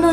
の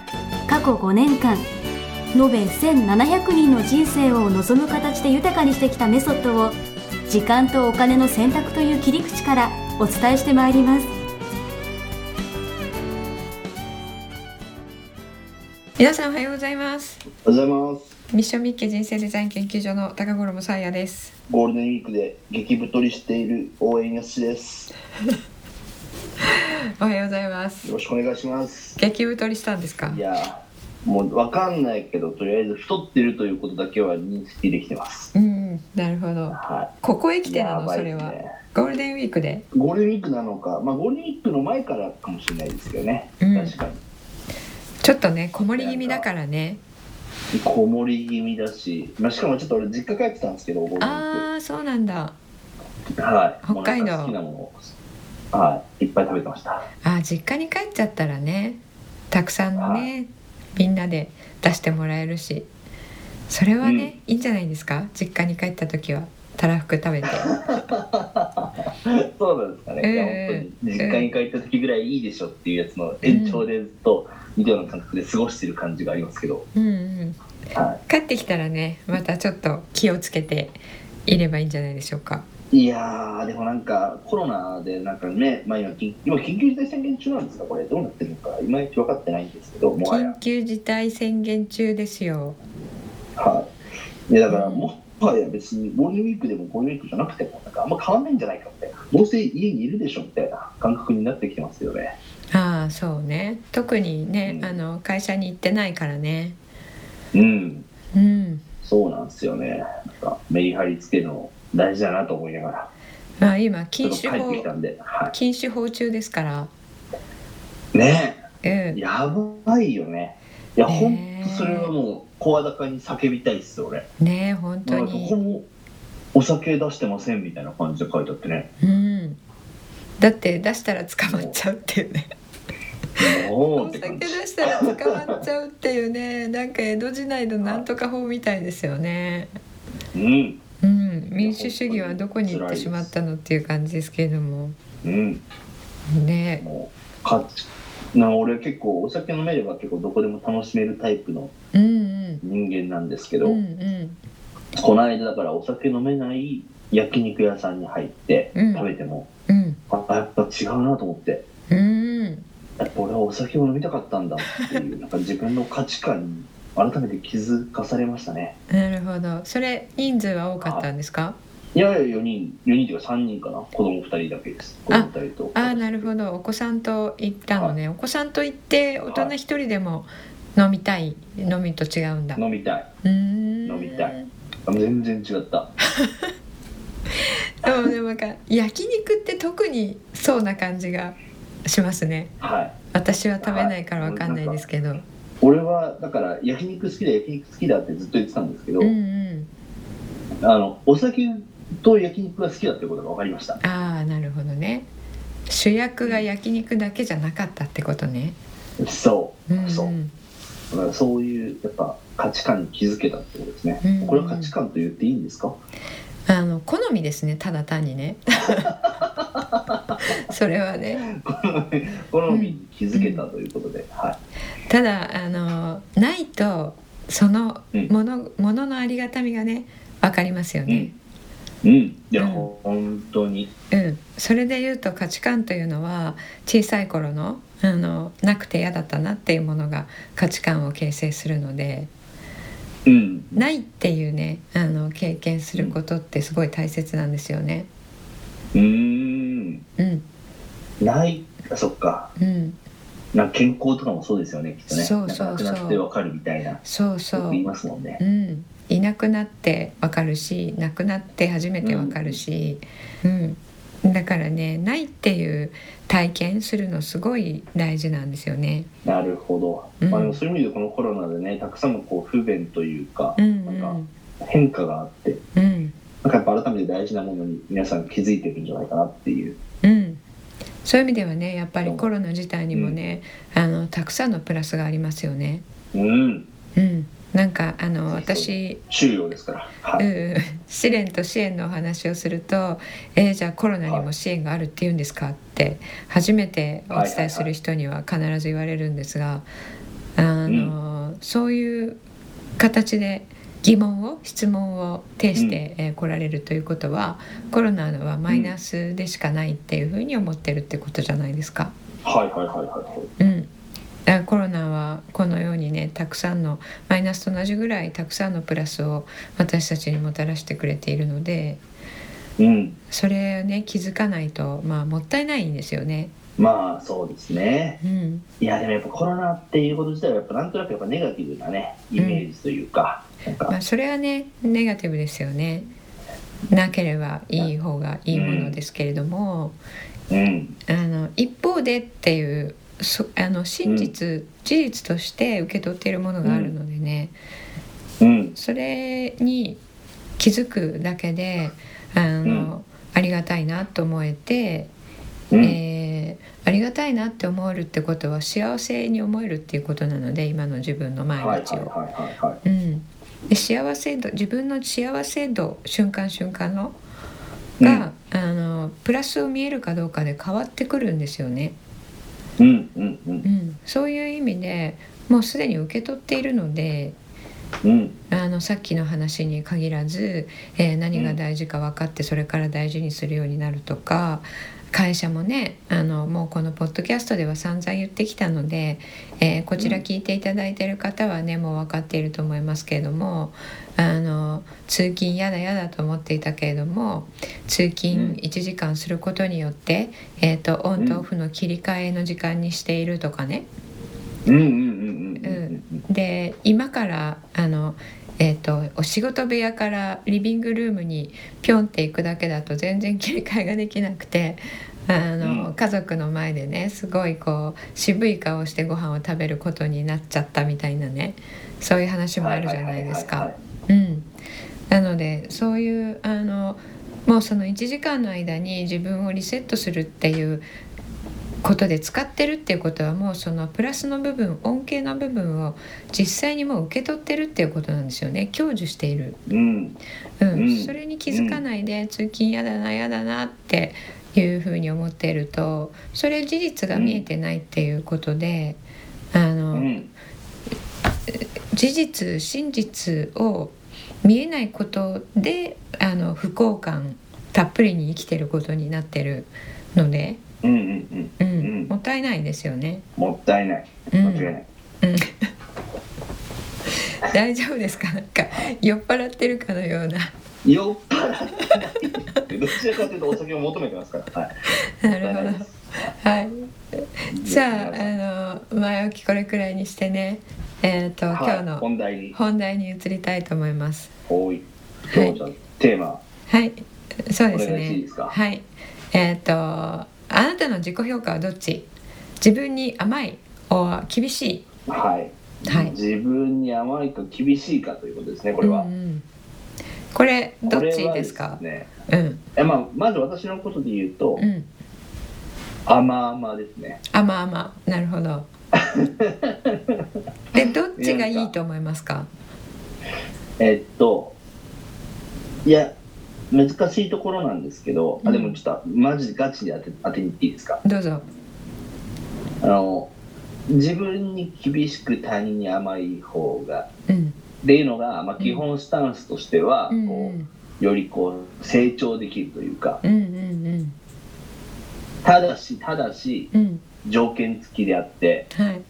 過去5年間延べ1700人の人生を望む形で豊かにしてきたメソッドを時間とお金の選択という切り口からお伝えしてまいります皆さんおはようございますおはようございます。ミッションミッケ人生デザイン研究所の高頃もさやですゴールデンウィークで激太りしている応援やすしです。おはようございますよろしくお願いします。激太りしたんですかいやー、もうわかんないけど、とりあえず太ってるということだけは認識できてます。うんなるほどはここへい。来てなやのばいそれはゴールデンウィークでゴールデンウィークなのか、まあゴールデンウィークの前からかもしれないですけどね。うん確かちょっとねこもり気味だからねに。こもり気味だし、まあしかもちょっと俺実家帰ってたんですけど、ゴールデンウィーああそうなんだク。はい。北海道もうなんか好きなものを、はい、いっぱい食べてました。あー実家に帰っちゃったらねたくさんねみんなで出してもらえるしそれはね、いいんじゃないですか実家に帰った時はたらふく食べてそうなんですかね、いやえ本当に実家に帰った時ぐらいいいでしょっていうやつの延長でずっと似たような感覚で過ごしてる感じがありますけど、うんうんは帰ってきたらねまたちょっと気をつけていればいいんじゃないでしょうかい、いやーでもなんかコロナでなんかね、まあ、今緊今緊急事態宣言中なんですかこれどうなってるのかいまいち分かってないんですけどもはや緊急事態宣言中ですよはいいやだからもはや別にゴールデンウィークでもゴールデンウィークじゃなくてもなんかあんま変わんないんじゃないかみたいなどうせ家にいるでしょみたいな感覚になってきてますよねああそうね特にね、うんあの会社に行ってないからねうんうんそうなんですよねなんかメリハリつけるの大事だなと思いながらまあ今ち禁ょっと酒帰ってき法たんで、は禁酒法中ですからい、ねうえんやばいよねいや、ねえほんとそれはもう声高に叫びたいっすよ俺ねえ本な当んかどにこもお酒出してませんみたいな感じで書いてあっ てねうんだって出したら捕まっちゃうっていうねおーおって酒感出じしたら捕まっちゃうっていうねなんか江戸時代のなんとか法みたいですよねうんうん、民主主義はどこに行ってしまったのっていう感じですけれどもうんねもうかな俺結構お酒飲めれば結構どこでも楽しめるタイプのうん人間なんですけうんうど、んこの間だからお酒飲めない焼肉屋さんに入ってうん食べても、うんあやっぱ違うなと思ってうんやっぱ俺はお酒を飲みたかったんだっ ていうなんか自分の価値観に改めて気づかされましたねなるほどそれ人数は多かったんですかいやいや4人4人というか3人かな子供2人だけです子供2人とああなるほどお子さんと行ったのねお子さんと行って大人一人でも飲みたい飲みと違うんだ飲みたいうーん飲みたい全然違ったでもでもなんか焼肉って特にそうな感じがしますねはい私は食べないからわかんないですけど俺はだから焼肉好きだ焼肉好きだってずっと言ってたんですけど、うんうんあのお酒と焼肉が好きだってことが分かりましたああなるほどね主役が焼肉だけじゃなかったってことね、そうんうん、そううだからそういうやっぱ価値観に気づけたってことですね、うんこれは価値観と言っていいんですか あの好みですねただ単にね それはね好みに気づけたということで、はいただあのないとそのうんもの,、もののありがたみがね分かりますよね、うん、いや、うん本当に、うんそれで言うと価値観というのは小さい頃のあのなくて嫌だったなっていうものが価値観を形成するのでうん、ないっていうねあの経験することってすごい大切なんですよね。うーん、うんない、あそっか、うん、なんか健康とかもそうですよね、きっとね、そうそうそうなんかなくなってわかるみたいな、よそうそくう言い、ますもんねう。ん、いなくなってわかるしなくなって初めてわかるし、うんだからねないっていう体験するのすごい大事なんですよね。なるほど、うんまあ、でもそういう意味でこのコロナでねたくさんのこう不便というか、うんうなんんか変化があってうんなんかやっぱ改めて大事なものに皆さん気づいてるんじゃないかなっていううん、そういう意味ではねやっぱりコロナ自体にもね、あのたくさんのプラスがありますよね。うんうん、なんかあのそうそう私終了ですからはうい、ん試練と支援のお話をすると「えーじゃあコロナにも支援があるって言うんですか?」って初めてお伝えする人には必ず言われるんですがあのそういう形で疑問を質問を呈してえー来られるということはコロナはマイナスでしかないっていうふうに思ってるってことじゃないですか。はいはいはいはうん、だからコロナはこのようにねたくさんのマイナスと同じぐらいたくさんのプラスを私たちにもたらしてくれているのでいうんそれね気づかないと、まあ、もったいないんですよね。まあそうですねうんいやでもやっぱコロナっていうこと自体はやっぱなんとなくやっぱネガティブなねイメージというか、なんかまあ、それはねネガティブですよね。なければいい方がいいものですけれども、うんあの一方でっていうそあの真実、事実として受け取っているものがあるのでね、うんそれに気づくだけであの、うんありがたいなと思えて、うん、えーありがたいなって思えるってことは幸せに思えるっていうことなので今の自分のはい毎は日いを。はいはいはいうん、で幸せ度自分の幸せ度瞬間瞬間のが、あのプラスを見えるかどうかで変わってくるんですよね。うんうんううんん、そういう意味でもうすでに受け取っているのでうんあのさっきの話に限らず、えー何が大事か分かってそれから大事にするようになるとか会社もねあのもうこのポッドキャストでは散々言ってきたので、えーこちら聞いていただいている方はねもう分かっていると思いますけれどもあの通勤やだやだと思っていたけれども通勤うん1時間することによって、えー、とオンとオフの切り替えの時間にしているとかね、うんうんうんうんうんうんで今からあの、えー、とお仕事部屋からリビングルームにピョンって行くだけだと全然切り替えができなくてあの、うん家族の前でねすごいこう渋い顔をしてご飯を食べることになっちゃったみたいなねそういう話もあるじゃないですはかは。うん、なのでそういうあのもうその1時間の間に自分をリセットするっていうことで使ってるっていうことはもうそのプラスの部分恩恵の部分を実際にもう受け取ってるっていうことなんですよね享受している、いはいはいうんうんうんそれに気づかないで、通勤やだなやだなっていうふうに思っているとそれ事実が見えてないっていうことで、あの、うん事実真実を見えないことであの不幸感たっぷりに生きてることになってるので、うんうんうんうんうんもったいないですよね。もったいないうん間違いない、うん大丈夫ですかなんか酔っ払ってるかのような酔っ払ってないどちらかというとお酒を求めてますからはいなもるほったいないでどすはいじゃ皆さんああの前置きこれくらいにしてねえっ、と、はい、今日の本題に本題に移りたいと思います多い今日じゃあテーマはい、そうですお願いしていいねです。かはい、えっ、とあなたの自己評価はどっち？自分に甘い、お厳しい。はい、はい自分に甘いか厳しいかということですねこれは、うんうんこれどっこれちはですか？ねうんえまあ、まず私のことで言うと、うん。甘々ですね甘々。なるほ ど。でどっちがいいと思いますか？えっといや難しいところなんですけど、うあんでもちょっとマジでガチで当て当てに行っていいですかどうぞ。あの自分に厳しく他人に甘い方がうんっていうのが、まあ、基本スタンスとしては、うんうこんうよりこう成長できるというかうんうんただしただしうんうん条件付きであってはい。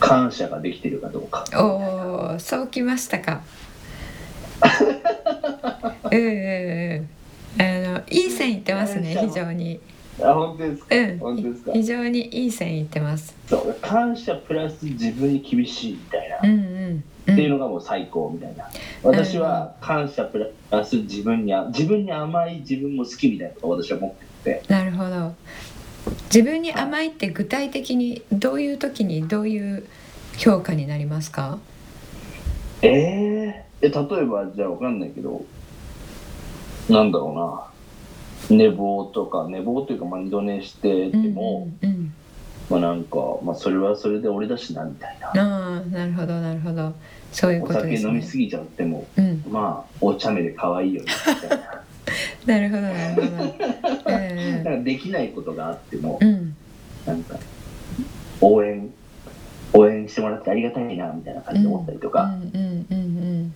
感謝ができてるかどうかおおそうきました か。うんうんうん。あのいい線いってますね非常に。あ本当ですか、うん本当ですか非常にいい線いってます。そう感謝プラス自分に厳しいみたいなうんうんうんうっていうんのがもう最高みたいな私は感謝プラス自分に自分に甘い自分も好きみたいなことを私は思っててなるほど自分に甘いって具体的にどういう時にどういう評価になりますかえー、え例えばじゃあ分かんないけどなんだろうな寝坊とか寝坊というかまあ二度寝してても、うんうんまあなんか、まあ、それはそれで俺だしなみたいなうん、ああなるほどなるほどそういうおこと酒です飲みねすぎちゃってもうん、まあお茶目で可愛いよねみたいなるほどななる ほど、うんなんかできないことがあってもうんうん、なんか応援応援してもらってありがたいなみたいな感じで思ったりとか、うんうんうん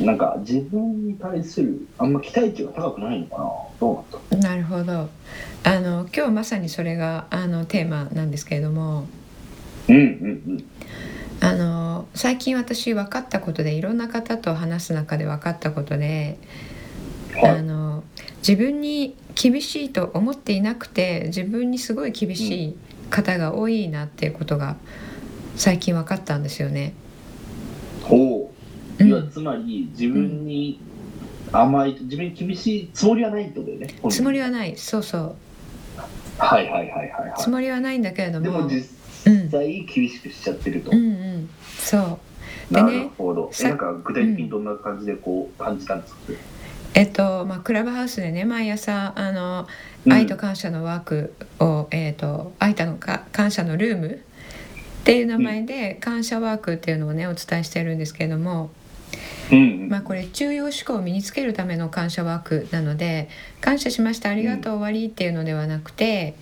なんか自分に対するあんま期待値が高くないのかなどうなんだろうんなるほどあの今日まさにそれがあのテーマなんですけれどもううんうんあの最近私分かったことでいろんな方と話す中で分かったことで、うんはあいの自分に厳しいと思っていなくて自分にすごい厳しい方が多いなっていうことが最近分かったんですよね。ほううんいやつまり自分に甘い自分に厳しいつもりはないってことだよねつもりははないそうそうはいはいはいはいつはもりはないんだけれどいでもも実際厳しくしちゃってると、うんうんそうでなねるほどえさなんか具体的にどんな感じでこう感じたんですか、えっとまあ、クラブハウスでね毎朝あのうん愛と感謝のワークを、えっと愛とのか感謝のルームっていう名前で感謝ワークっていうのをねお伝えしてるんですけれども、うんうんまあ、これ中庸思考を身につけるための感謝ワークなので感謝しましたありがとう終わりっていうのではなくて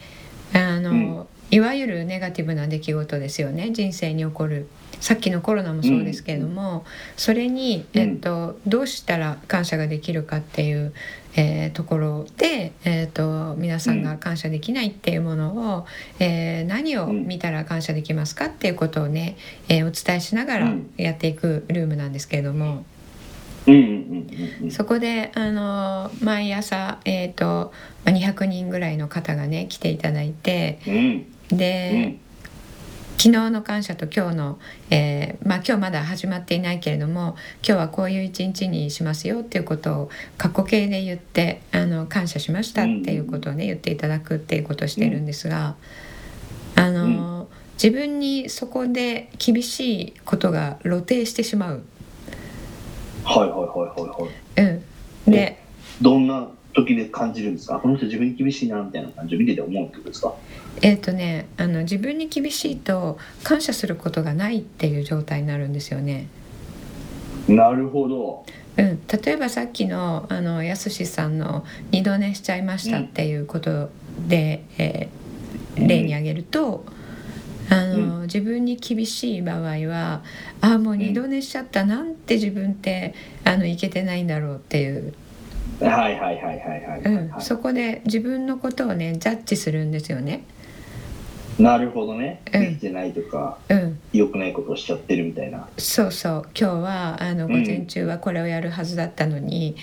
あの、うんいわゆるネガティブな出来事ですよね人生に起こるさっきのコロナもそうですけれども、それに、うんえっと、どうしたら感謝ができるかっていう、えーところで、えっと皆さんが感謝できないっていうものを、えー何をうん見たら感謝できますかっていうことをね、えーお伝えしながうらんやっていくルームなんですけれども。うんうんうんうんそこであの毎朝、えー、とまあ200人ぐらいの方がね来ていただいてうんうで、ん昨日の感謝と今日の、えーまあ、今日まだ始まっていないけれども今日はこういう一日にしますよっていうことを過去形で言ってあの感謝しましたっていうことをね言っていただくっていうことをしてるんですが、あの自分にそこで厳しいことが露呈してしまう。はいはいはいはいはいうん、で、どんな時で感じるんですかこの人自分に厳しいなみたいな感じを見てて思うってことですかえーとね、あの自分に厳しいと感謝することがないっていう状態になるんですよね。なるほどうん、例えばさっきのあのやすしさんの「二度寝しちゃいました」っていうことで、えー例に挙げると、あの自分に厳しい場合は「ああもう二度寝しちゃった、なんて自分ってあのいけてないんだろう」っていう、はいはいはいはいはいはういんはそこで自分のことをねジャッジするんですよね。いなるほどねうんできてないとかうん良くないことをしちゃってるみたいなそうそう今日はあのん午前中はこれをやるはずだったのに、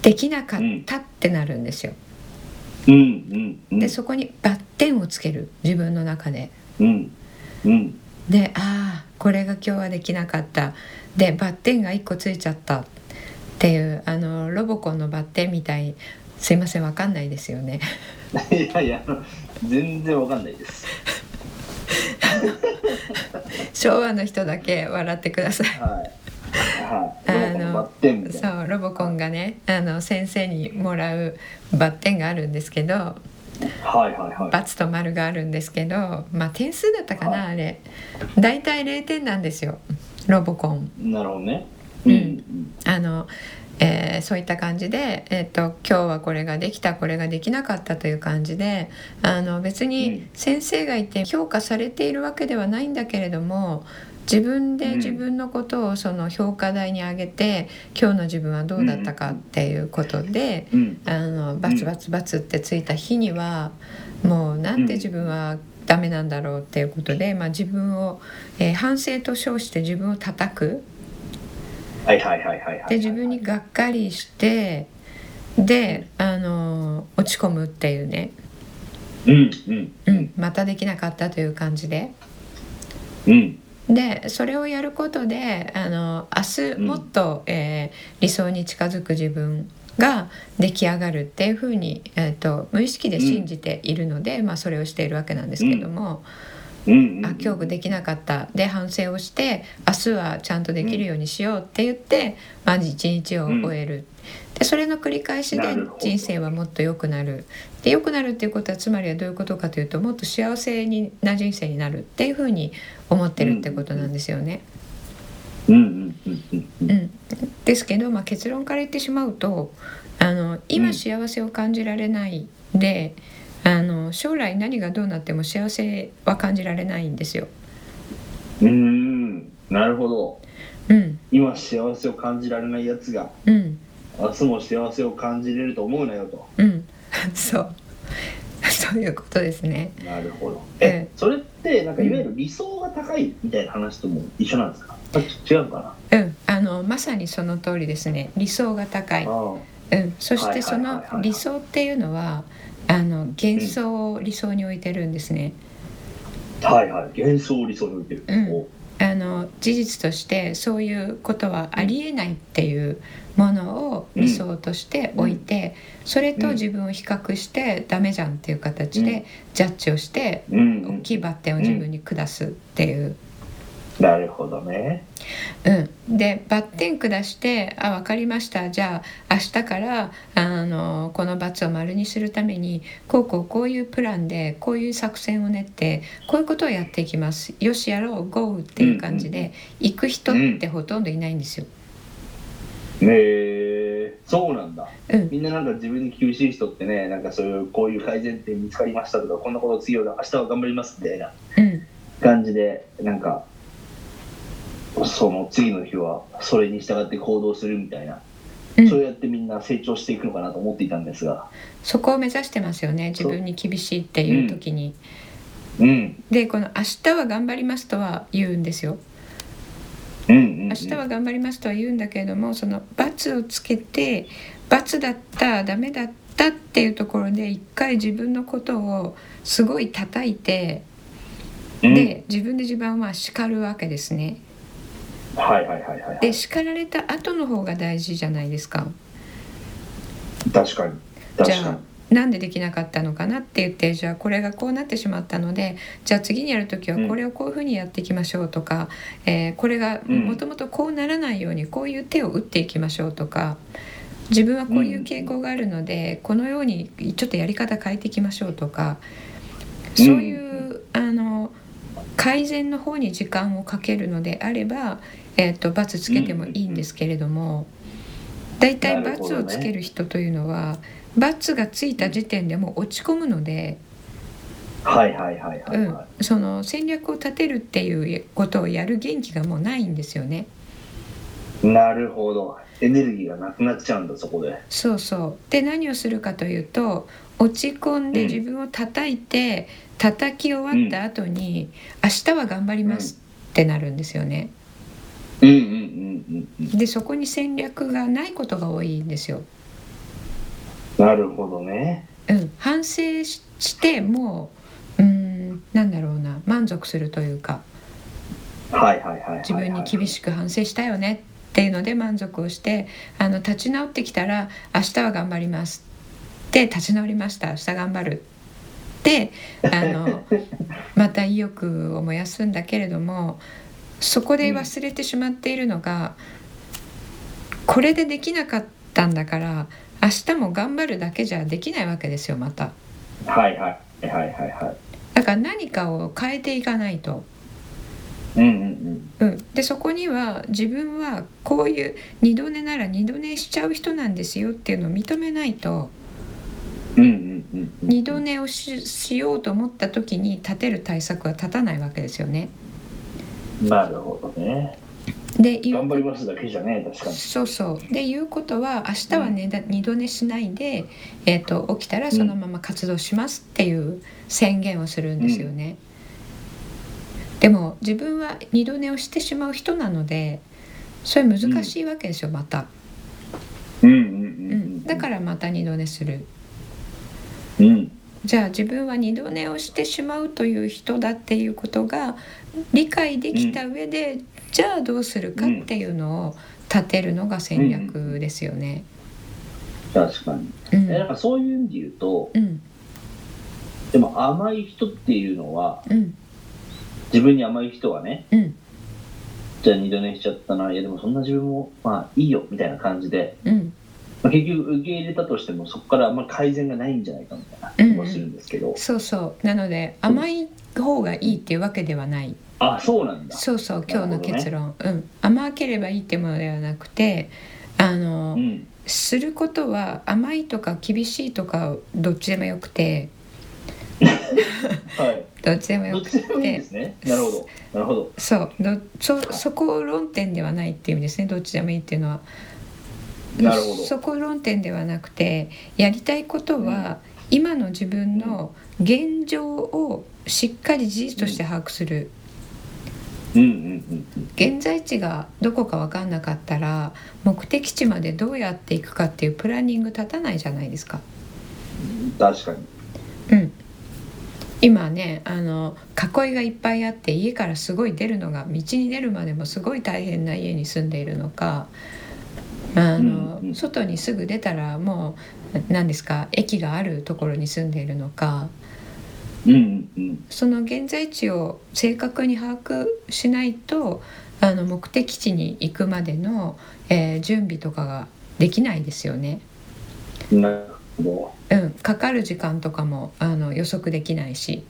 できなかったってなるんですよ。うんうんうんでそこにバッテンをつける自分の中で。うんうんでああこれが今日はできなかったでバッテンが1個ついちゃったっていうあのロボコンのバッテンみたいすいませんわかんないですよね。 いやいや全然わかんないです昭和の人だけ笑ってください。はいはいあのどうもバッテンみたいそなうロボコンがねあの先生にもらうバッテンがあるんですけどはいはいはバツと丸があるんですけど、まあ点数だったかな、はあれ。だいたい0点なんですよ。ロボコン。いなるほどねううんんあの、えーそういった感じで、えっ、と今日はこれができた、これができなかったという感じで、あの別うにん先生がいて評価されているわけではないんだけれども。自分うでん自分のことをその評価台に上げて、今日の自分はどうだったかっていうことで、うんあのバツバツバツってついた日には、もうなんで自分はダメなんだろうっていうことで、まあ、自分を、えー反省と称して自分を叩くはいはいはいはいはいで自分にがっかりしてであの落ち込むっていうね、うんうんうん、またできなかったという感じでうんでそれをやることであの明日もっと、えー理想に近づく自分が出来上がるっていうふうに、えー、と無意識で信じているので、まあ、それをしているわけなんですけども、うんうんあ今日できなかったで反省をして明日はちゃんとできるようにしようって言って、まず一日を終える、でそれの繰り返しでなるほど人生はもっと良くなるで良くなるっていうことはつまりはどういうことかというともっと幸せにな人生になるっていうふうに思ってるってことなんですよね。うんうんうんうんうん、ですけど、まあ、結論から言ってしまうとあのう今ん幸せを感じられないであの将来何がどうなっても幸せは感じられないんですよ。うーんなるほどうん、今幸せを感じられないやつがうん、明日も幸せを感じれると思うなよとうん そうそういうことですね。なるほどええそれってなんかいわゆる理想が高いみたいな話とも一緒なんですか、さっき違うかなうん、あのまさにその通りですね理想が高い、あーうん、そしはいてはそいはいはいの理想っていうのはあの幻想を理想に置いてるんですね、はいはい幻想を理想に置いてる、うんおあの事実としてそういうことはありえないっていうものを理想として置いて、それと自分を比較してダメじゃんっていう形うんでジャッジをしてうんう大ん、きいバッテンを自分に下すっていう。なるほどねうん、でバッテン下して「あ分かりましたじゃあ明日からあのこの罰を丸にするためにこうこうこういうプランでこういう作戦を練ってこういうことをやっていきますよしやろうゴーっていう感じうんうんで行く人ってほとんどいないんですよ。ねえそうなんだうんみんななんか自分に厳しい人ってねなんかそういうこういう改善点見つかりましたとかこんなこと次は明日は頑張りますみたいなうん感じでなんかその次の日はそれに従って行動するみたいな、うんそうやってみんな成長していくのかなと思っていたんですがそこを目指してますよね自分に厳しいっていう時に。うんでこの「明日は頑張ります」とは言うんですよ。うんうん、うん、明日は頑張りますとは言うんだけれどもその罰をつけて罰だったダメだったっていうところで一回自分のことをすごい叩いてうんで自分で自分は叱るわけですね。はいはいはいはいはでい叱られた後の方が大事じゃないですか。確かにじ確かゃにあなんでできなかったのかなって言ってじゃあこれがこうなってしまったのでじゃあ次にやる時はこれをこういうふうにやっていきましょうとか、えーこれがうんもともとこうならないようにこういう手を打っていきましょうとか自分はこういう傾向があるので、このようにちょっとやり方変えていきましょうとかそういう、あの改善の方に時間をかけるのであれば、えー、と罰つけてもいいんですけれども。だいたいなるほ罰どねをつける人というのは、罰がついた時点でもう落ち込むので、はいはいはいはういんは、その戦略を立てるっていうことをやる元気がもうないんですよね。い、なるほどエネルギーがなくなっちゃうんだそこでそうそうで何をするかというと落ち込んでうん自分を叩いて、叩き終わった後に、明日は頑張りますってなるんですよね。うんうんうんうんうんでそこに戦略がないことが多いんですよ。なるほどねうん、反省ししてもううーんなんだろうな満足するというかはいはいはいはいはい自分に厳しく反省したよねっていうので満足をしてあの立ち直ってきたら明日は頑張りますで立ち直りました明日頑張るであのまた意欲を燃やすんだけれどもそこで忘れてしまっているのが、これでできなかったんだから明日も頑張るだけじゃできないわけですよまた。はいはいはいはいはいだから何かを変えていかないと。うんううんん、でそこには自分はこういう二度寝なら二度寝しちゃう人なんですよっていうのを認めないとうんうんうんうんうん二度寝をししようと思った時に立てる対策は立たないわけですよね。なるほどねで言う頑張りますだけじゃね確かにそうそうでいうことは明日は、ねだ二度寝しないで、えー、と起きたらそのまま活動しますっていう宣言をするんですよね。でも自分は二度寝をしてしまう人なのでそれ難しいわけですよまた。うんうんうんううんん、だからまた二度寝するうんじゃあ自分は二度寝をしてしまうという人だっていうことが理解できた上で、じゃあどうするかっていうのを立てるのが戦略ですよね。確かに。うえなんんかそういう意味で言うと、うんでも甘い人っていうのは、うん自分に甘い人はね、うんじゃあ二度寝しちゃったな、いやでもそんな自分も、まあいいよ、みたいな感じで、うんまあ、結局受け入れたとしても、そこからあんまり改善がないんじゃないかみたいなうんうん気もするんですけど、そうそうなので甘い方がいいっていうわけではないあ、そうなんだ。そうそう今日の結な論、うん、甘ければいいってものではなくてあの、うん。することは甘いとか厳しいとかどっちでもよくてはい。どっちでもどよっくちでもいいんでてすね。なるほど。なるほど。そうどそそこを論点ではないっていう意味ですねどっちでもいいっていうのは。なるほどそこ論点ではなくてやりたいことは、今の自分の現状をしっかり事実として把握する。うんうんうん現在地がどこか分かんなかったら目的地までどうやっていくかっていうプランニング立たないじゃないですか。うん。確かに。うん、今ねあの囲いがいっぱいあって家からすごい出るのが道に出るまでもすごい大変な家に住んでいるのかあの、うんうん外にすぐ出たらもう何ですか駅があるところに住んでいるのかうんうんその現在地を正確に把握しないとあの目的地に行くまでの、えー準備とかができないですよね。うん。なるほど。うん、かかる時間とかもあの予測できないし、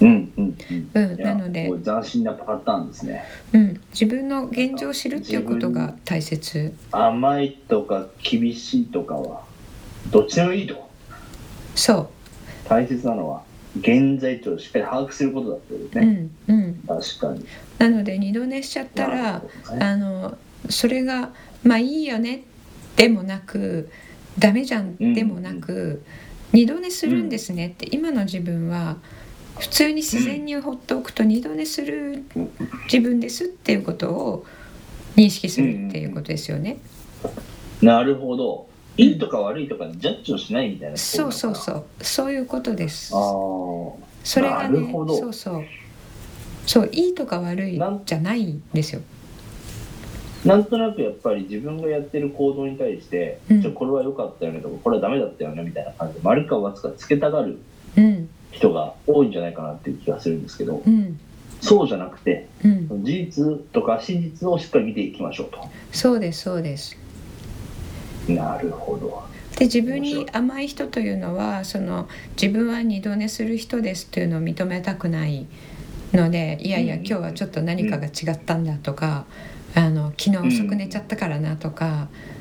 うんうんうん。うん、いなやのでこれ斬新なパターンですね。うん、自分の現状を知るっていうことが大切甘いとか厳しいとかは、どっちでもいいと。そ大切なのは、現在地をしっかり把握することだってことう、ね。うんうん、確かに。なので二度寝しちゃったなるらほどねあのそれがまあいいよねでもなくダメじゃんでもなく、二度寝するんですねって今の自分は普通に自然に放っておくと二度寝する自分ですっていうことを認識するっていうことですよね。なるほど。いいとか悪いとかジャッジをしないみたいな。そうそうそうそういうことです。う。あそれがなるねほどそうそうそういいとか悪いなんじゃないんですよ。あ。なんとなくやっぱり自分がやってる行動に対して、うんじゃあこれは良かったよねとか、これはダメだったよねみたいな感じで、丸か×かつけたがるうん人が多いんじゃないかなっていう気がするんですけど、うんそうじゃなくて、うん事実とか真実をしっかり見ていきましょうと。そうですそうです。なるほど。で自分に甘い人というのはその自分は二度寝する人ですというのを認めたくないのでいやいやうん今日はちょっと何かが違ったんだとか、あの昨日遅く寝ちゃったからなとか。うん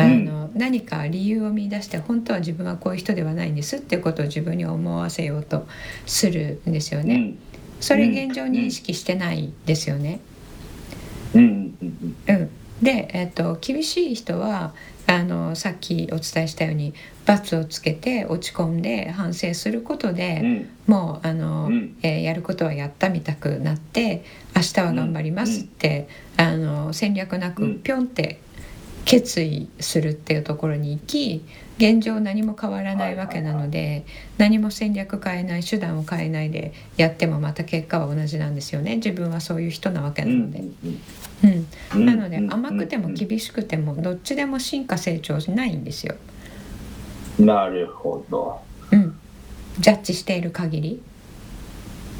あの何か理由を見出して本当は自分はこういう人ではないんですっていうことを自分に思わせようとするんですよね。それ現状認識してないですよね。うんうんうんうん、で、えっと厳しい人はあのさっきお伝えしたように罰をつけて落ち込んで反省することうで、んもうあの、うんえーやることはやったみたくなって明日は頑張りますって、あの戦略なうくんぴょんって決意するっていうところに行き現状何も変わらないわけなので、何も戦略変えない手段を変えないでやってもまた結果は同じなんですよね自分はそういう人なわけうなんので。うんうんなのでうん甘くても厳しくてもどっちでも進化成長しないんですよ。うんなるほど。うん、ジャッジしている限り、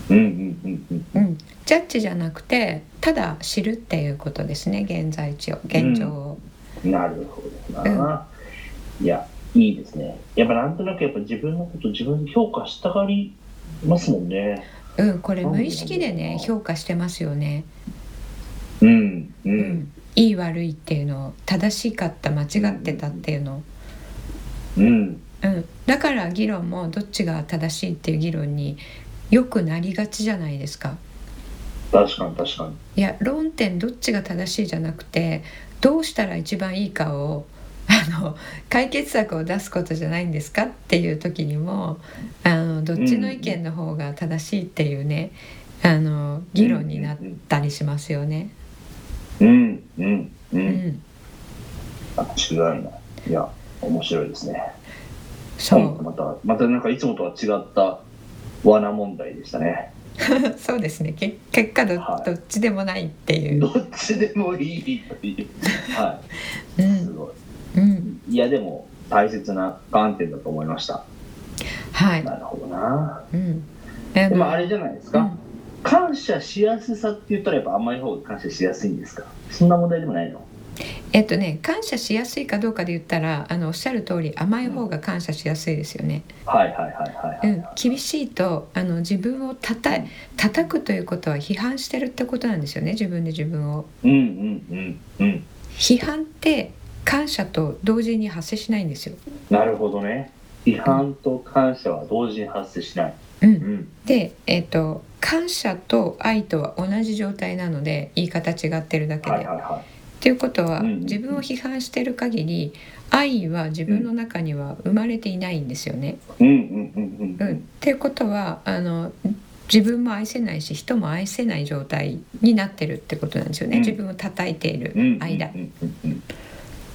うんうんうんうんうん、ジャッジじゃなくてただ知るっていうことですね現在地を現状を。なるほどな。いや、いいですね。やっぱなんとなくやっぱ自分のこと自分で評価したがりますもんね。うん、これ無意識でね評価してますよね、うん、う、うんいい悪いっていうのを正しかった間違ってたっていうのを、うん、うん、だから議論もどっちが正しいっていう議論によくなりがちじゃないですか。確かに確かに。いや論点どっちが正しいじゃなくてどうしたら一番いいかをあの解決策を出すことじゃないんですかっていう時にもあのどっちの意見の方が正しいっていうねあの議論になったりしますよね。うん、うん、う、うんん、違いない。いや、面白いですね。そ今度うまた、またなんかいつもとは違った。罠問題でしたね。 そうですねけ結果ど,、はいどっちでもないっていう、どっちでもいいって いう、はうい、すんごい。うん、いや、でも、大切な観点だと思いました。はい、なるほどな。うん、あでのも、あれじゃないですか。うん感謝しやすさって言ったら、やっぱ甘い方が感謝しやすいんですか。そんな問題でもないの。えっとね感謝しやすいかどうかで言ったらあのおっしゃる通り甘い方が感謝しやすいですよね。はいはいはいはうい、んは、厳しいとあの自分をたた叩くということは批判してるってことなんですよね自分で自分を。い。うんうんうんうん。批判って感謝と同時に発生しないんですよ。なるほどね。批判と感謝は同時に発生しない。う、うんん。で、えっと感謝と愛とは同じ状態なので言い方違ってるだけはいはいで。はということはうんうんうん自分を批判してる限り愛は自分の中には生まれていないんですよね。い。うんうんうんううん、っん。ていうことはあの自分も愛せないし人も愛せない状態になってるってことなんですよね、うん自分を叩いているうん。間。うんうんうんう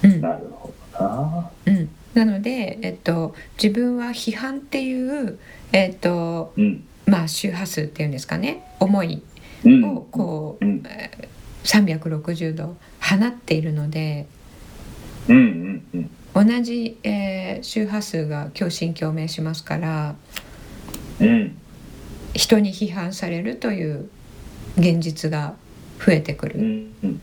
うんん。なるほどな。うん、なので、えっと、自分は批判っていう、えっとうん。まあ、周波数っていうんですかね思いうん。をこう、うんえー360度放っているのでうんうんうん。同じ、えー周波数が共振共鳴しますからうん。人に批判されるという現実が増えてくる。うんうん。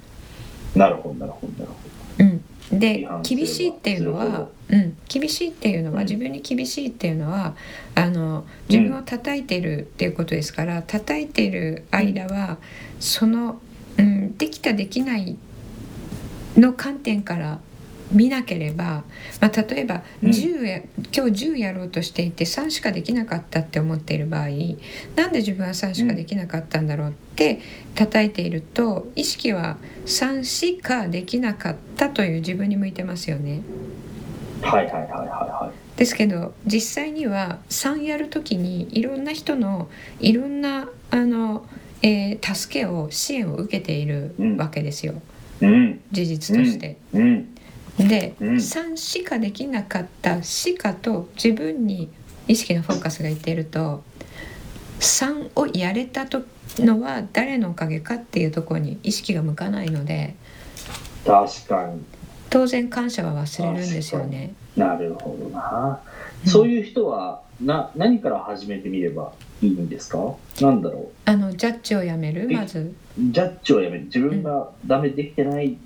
なるほどなるほどなるほうん、批で判すれば厳しいっていうのするほは、うん、厳しいっていうのは、うん自分に厳しいっていうのはあの自分を叩いているっていうことですから、叩いている間はその、うん、できたできないの観点から見なければ、まあ、例えばうん10や、今日10やろうとしていて3しかできなかったって思っている場合なんで自分は3しかできなかったんだろうって叩いていると意識は3しかできなかったという自分に向いてますよね。ど。はいはいはいはいはですけど実際には3やる時にいろんな人のいろんなあの、えー助けを支援を受けているわけですよ、い。うん事実として。うんで、うん3しかできなかった「しか」と自分に意識のフォーカスがいっていると3をやれたとのは誰のおかげかっていうところに意識が向かないので確かに当然感謝は忘れるんですよね。なるほどな。うんそういう人はな何から始めてみればいいんですか。なんだろあのジャッジをやめるまず、うジャッジをやめる自分がダメできてない、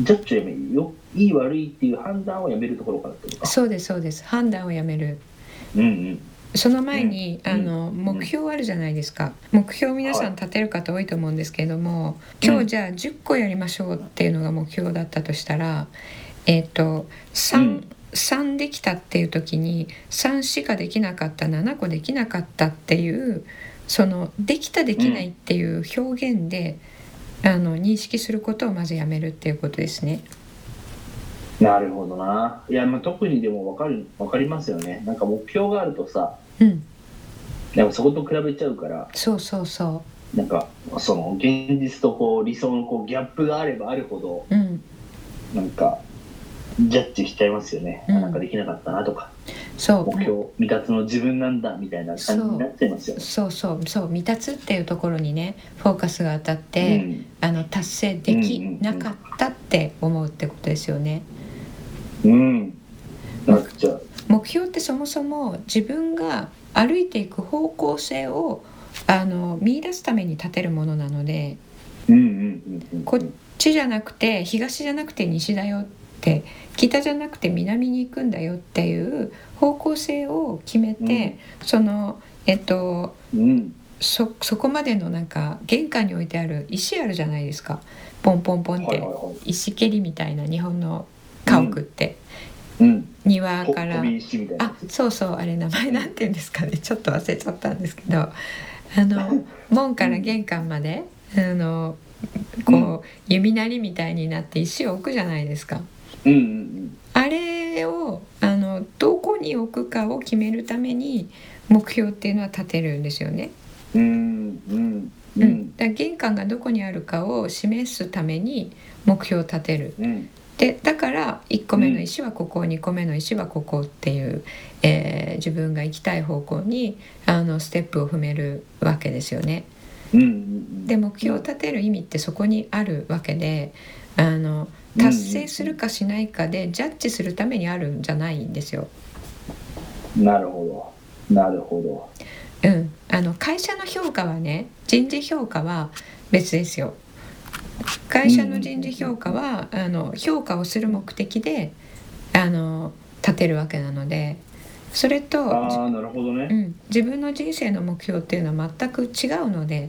ジャッジをやめるよいい悪いっていう判断をやめるところからってことか。そうですそうです判断をやめるうんうんその前に、うんあのうん目標あるじゃないですか目標皆さん立てる方多いと思うんですけれども、今日じゃあ10個やりましょうっていうのが目標だったとしたらえっ、と3、うん3できたっていう時に3しかできなかった7個できなかったっていうそのできたできないっていう表現で、あの認識することをまずやめるっていうことですね。なるほどな。いやまあ特にでもわかるわかりますよね。なんか目標があるとさ、うん、なんかそこと比べちゃうから。そうそうそなんかその現実とこう理想のこうギャップがあればあるほどう、うん、なんかジャッジしちゃいますよね、うんなんかできなかったなとかそう目標未達の自分なんだみたいな感じになっちゃいますよね。そうそうそう未達っていうところにねフォーカスが当たっうて、んあの達成できなかったって思うってことですよね。うんなっちゃう。目標ってそもそも自分が歩いていく方向性をあの見出すために立てるものなのでうんうんうんうんこっちじゃなくて東じゃなくて西だよって北じゃなくて南に行くんだよっていう方向性を決めて、そのえっとうんそそこまでのなんか玄関に置いてある石あるじゃないですかポンポンポンっはいはいては石蹴りみたいな日本の家屋って、い。うん。庭こから飛び石みたいなあやそうそうあれ名前なんて言うんですかねち ょっと忘れちゃったんですけどあ の門から玄関まであのうんこう弓なりみたいになって石を置くじゃないですか。つ。うんうんあれをあのどこに置くかを決めるために目標っていうのは立てるんですよね。うんうんうんううんんだから玄関がどこにあるかを示すために目標を立てるうんでだから1個目の石はここ、2個目の石はここっていう、えー自分が行きたい方向にあのステップを踏めるわけですよね。うんうんうんで目標を立てる意味ってそこにあるわけであの達成するかしないかでジャッジするためにあるんじゃないんですよ。なるほどなるほうん、あの会社の評価はね人事評価は別ですよ会社の人事評価は、あの評価をする目的であの立てるわけなのでそれどあと、あなるほどうね、ん、自分の人生の目標っていうのは全く違うので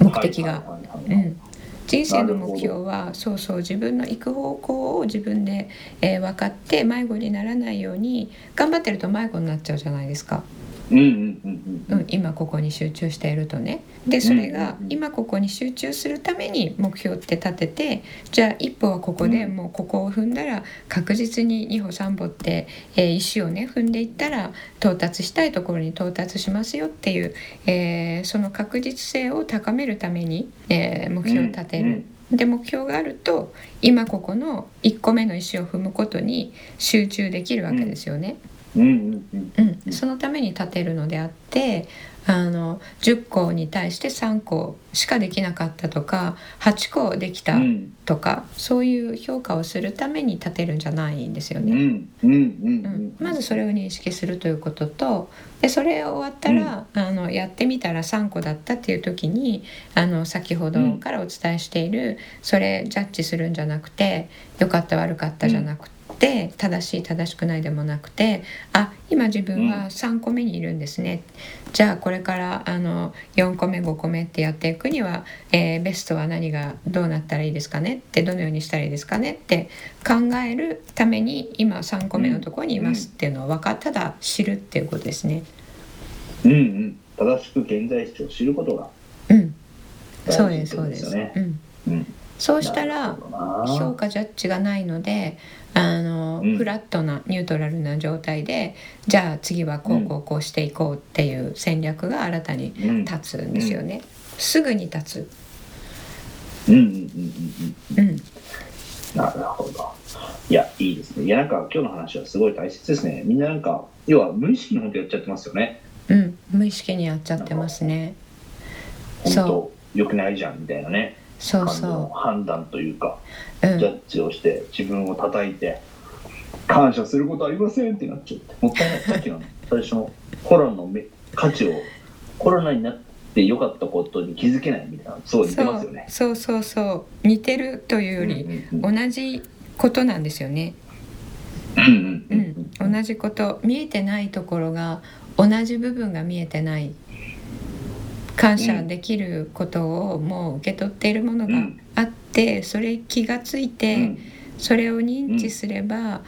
目的が。はいはいはういはいん、人生の目標はそうそう自分の行く方向を自分で、えー分かって迷子にならないように頑張ってると迷子になっちゃうじゃないですか。うんうんうんうん、今ここに集中しているとねでそれがうんうんうん今ここに集中するために目標って立ててじゃあ一歩はここでうんもうここを踏んだら確実に2歩3歩って、えー石をね踏んでいったら到達したいところに到達しますよっていう、えーその確実性を高めるために、えー目標を立てる。うんで目標があると今ここの1個目の石を踏むことに集中できるわけですよね。うんうんうんうん、そのために立てるのであってあの10個に対して3個しかできなかったとか8個できうたんとか、そういう評価をするために立てるんじゃないんですようんうね。んううんうんん、まずそれを認識するということとでそれ終わったら、あのやってみたら3個だったっていう時にあの先ほどからお伝えしている、それジャッジするんじゃなくて良かった悪かったじゃなくて、正しい正しくないでもなくてあ今自分は3個目にいるんですね、じゃあこれからあの4個目5個目ってやっていくには、えーベストは何がどうなったらいいですかねってどのようにしたらいいですかねって考えるために今3個目のところにいますっていうのを分かっただ知るっていうことですね。うんうん正しく現在地を知ることがうん、そう大です事ってこそうとでですす。よねうん、うんそうしたら評評価ジャッジがないのであの、うんフラットなニュートラルな状態でじゃあ次はこうこうこうしていこうっていう戦略が新たに価立つんですよね。すぐに立うんうんうんうんうんつ、うんなるほど。いや、いいですね。いや、なんか今日の話はすごい大切ですね。みんななんか、要は無意識に本当やっちゃってますよね。うん、無意識にやっちゃってますね。本そ当、良くないじゃんみたいなね、そう感じのそ判断というか、う、うジャん、ッジをして、自分を叩いて、感謝することありませんってなっちゃって、もったいない。さっ きの最初のコロナのめ価値を、コロナになって良かったことに気づけないみたいな、すごい似てそますようね。そうそうそう似てるというよりうんうん同じことなんですよね。うんううんん、同じこと見えてないところが同じ部分が見えてない感謝できることをもう受け取っているものがあってそれ気がついてそれを認知すれば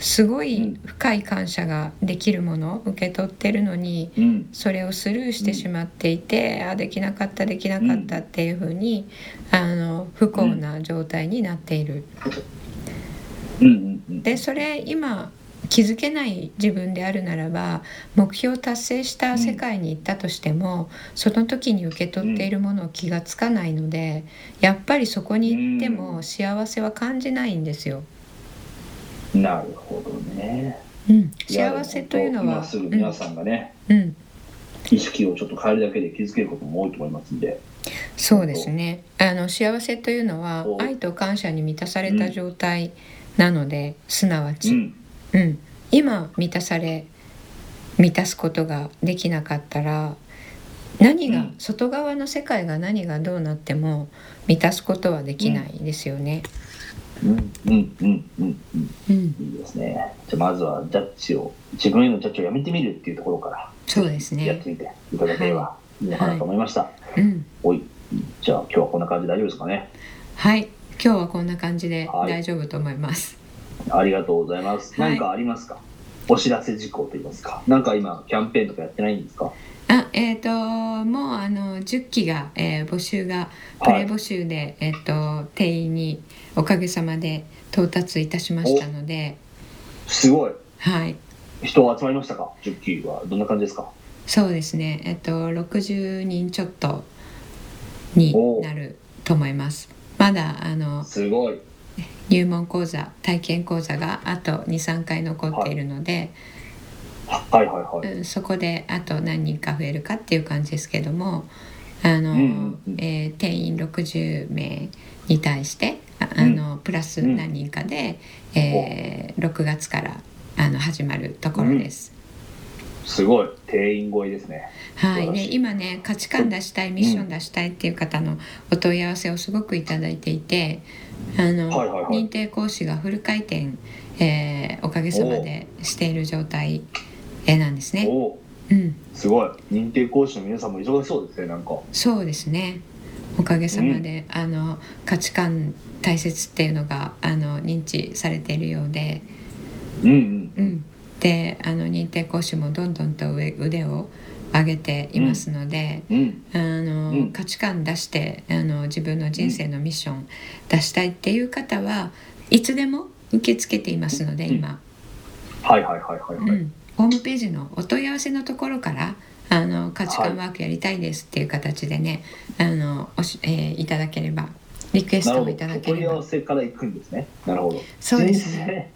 すごい深い感謝ができるもの受け取ってるのにうんうんそれをスルーしてしまっていて、あできなかったできなかったっていうふうに、あの不幸な状態になっている。うんうんうんでそれ今気づけない自分であるならば目標を達成した世界に行ったとしても、その時に受け取っているものを気がつかないのでやっぱりそこに行ってうもん幸せは感じないんですよ。なるほどね。うん、いや幸せというの今は、すぐ皆さんがね、うんうん、意識をちょっと変えるだけで気づけることも多いと思いますんで、そうですねあの幸せというのはそう愛と感謝に満たされた状態なので、すなわうち、ん、うん、今満たされ満たすことができなかったら何が、うん外側の世界が何がどうなっても満たすことはできないですよね。うん、うん、うん、うん、うん、いいですね。じゃあまずはジャッジを、自分へのジャッジをやめてみるっていうところかそうですらやっねて、みていただければいいのかなと思いました。うん、おい、じゃあ今日はこんな感じで大丈夫ですかね。はい今日はこんな感じではい大丈夫と思います。ありがとうございます。はい何かありますか？お知らせ事項と言いますか、なんか今キャンペーンとかやってないんですか？あえー、ともうあの10期が、えー募集がプはいレ募集で、えー、と定員におかげさまで到達いたしましたのですごい。はい人集まりましたか？ジョッキーはどんな感じですか？そうですねえっ、と60人ちょっとになると思いますまだあのすごい。入門講座体験講座があと23回残っているので、はいはいはい。うんそこであと何人か増えるかっていう感じですけどもあの、うんうんうんえー定員60名に対してああのプラス何人かで、えー6月からあの始まるところです。すごい定員超えですね。はい素晴らねし、い今ね価値観出したいミッション出したいっていう方のお問い合わせをすごくいただいていてあの、はいはいはい認定講師がフル回転、えーおかげさまでしている状態えーなんですね。おお、うん、すごい認定講師の皆さんも忙しそうですねなんか。そうですねおかげさまで、あの価値観大切っていうのがあの認知されているようで、うんうん。うん、であの認定講師もどんどんと上腕を上げていますので、うんあのうん価値観出してあの自分の人生のミッション出したいっていう方はいつでも受け付けていますのでうん今、はいはいはいはいはうい。ん、ホームページのお問い合わせのところからあの価値観ワークやりたいですっていう形でね、あのおし、えーいただければリクエスなトるほをど。いただおけ問れい合ばわせから行くんですね。なるほど。そうですねね。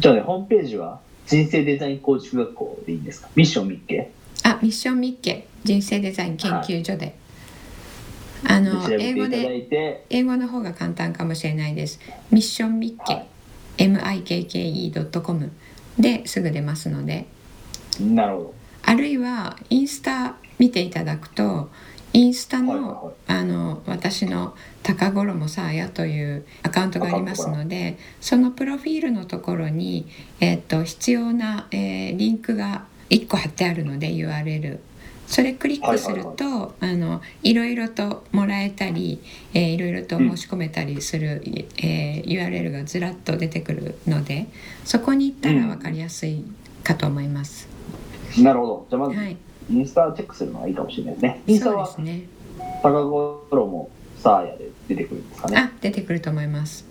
じゃあねホームページは人生デザイン構築学校でいいんですか。ミッション見っけ。あミッションミッケ人生デザイン研究所で、あでの調べて英い語ただでいて。英語の方が簡単かもしれないですミッションミッケ、は mikke.com ですぐ出ますのでなるほど。あるいはインスタ見ていただくとインスタはいはの,、あの私の高衣さあやというアカウントがありますのでそのプロフィールのところに、えっと必要な、えーリンクが1個貼ってあるので URL それクリックすると、いあのいろいろともらえたり、えーいろいろと申し込めたりする、えー URL がずらっと出てくるのでそこに行ったら分かりやすいかと思います。なるほど。じゃあまはずいインスタチェックするのがいいかもしれないですね。インスタはそうですね。高頃もサーヤで出てくるんですかね。あ、出てくると思います。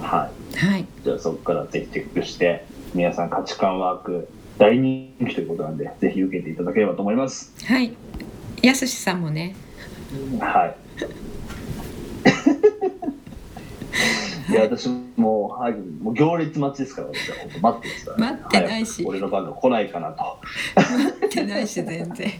はい。はい。じゃあそこからぜひチェックして、皆さん価値観ワーク大人気ということなんで、ぜひ受けていただければと思います。はい。やすしさんもね。 はい。いや、私もう、はい、もう行列待ちですから、私は本当待ってますから、待ってないし早く俺の番が来ないかなと。待ってないし、全 然。はい。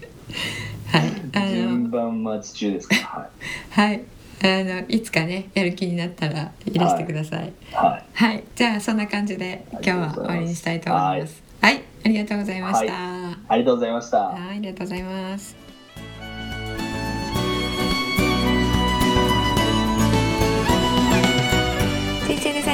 あ順の、番待ち中ですから、ははい。あの、いつかね、やる気になったら、いらしてください。い。ははい。じゃあ、そんな感じで、今日は終わりにしたいと思います。はい。ありがとうございました。い。ありがとうございました。はい、ありがとうございます。人生デザ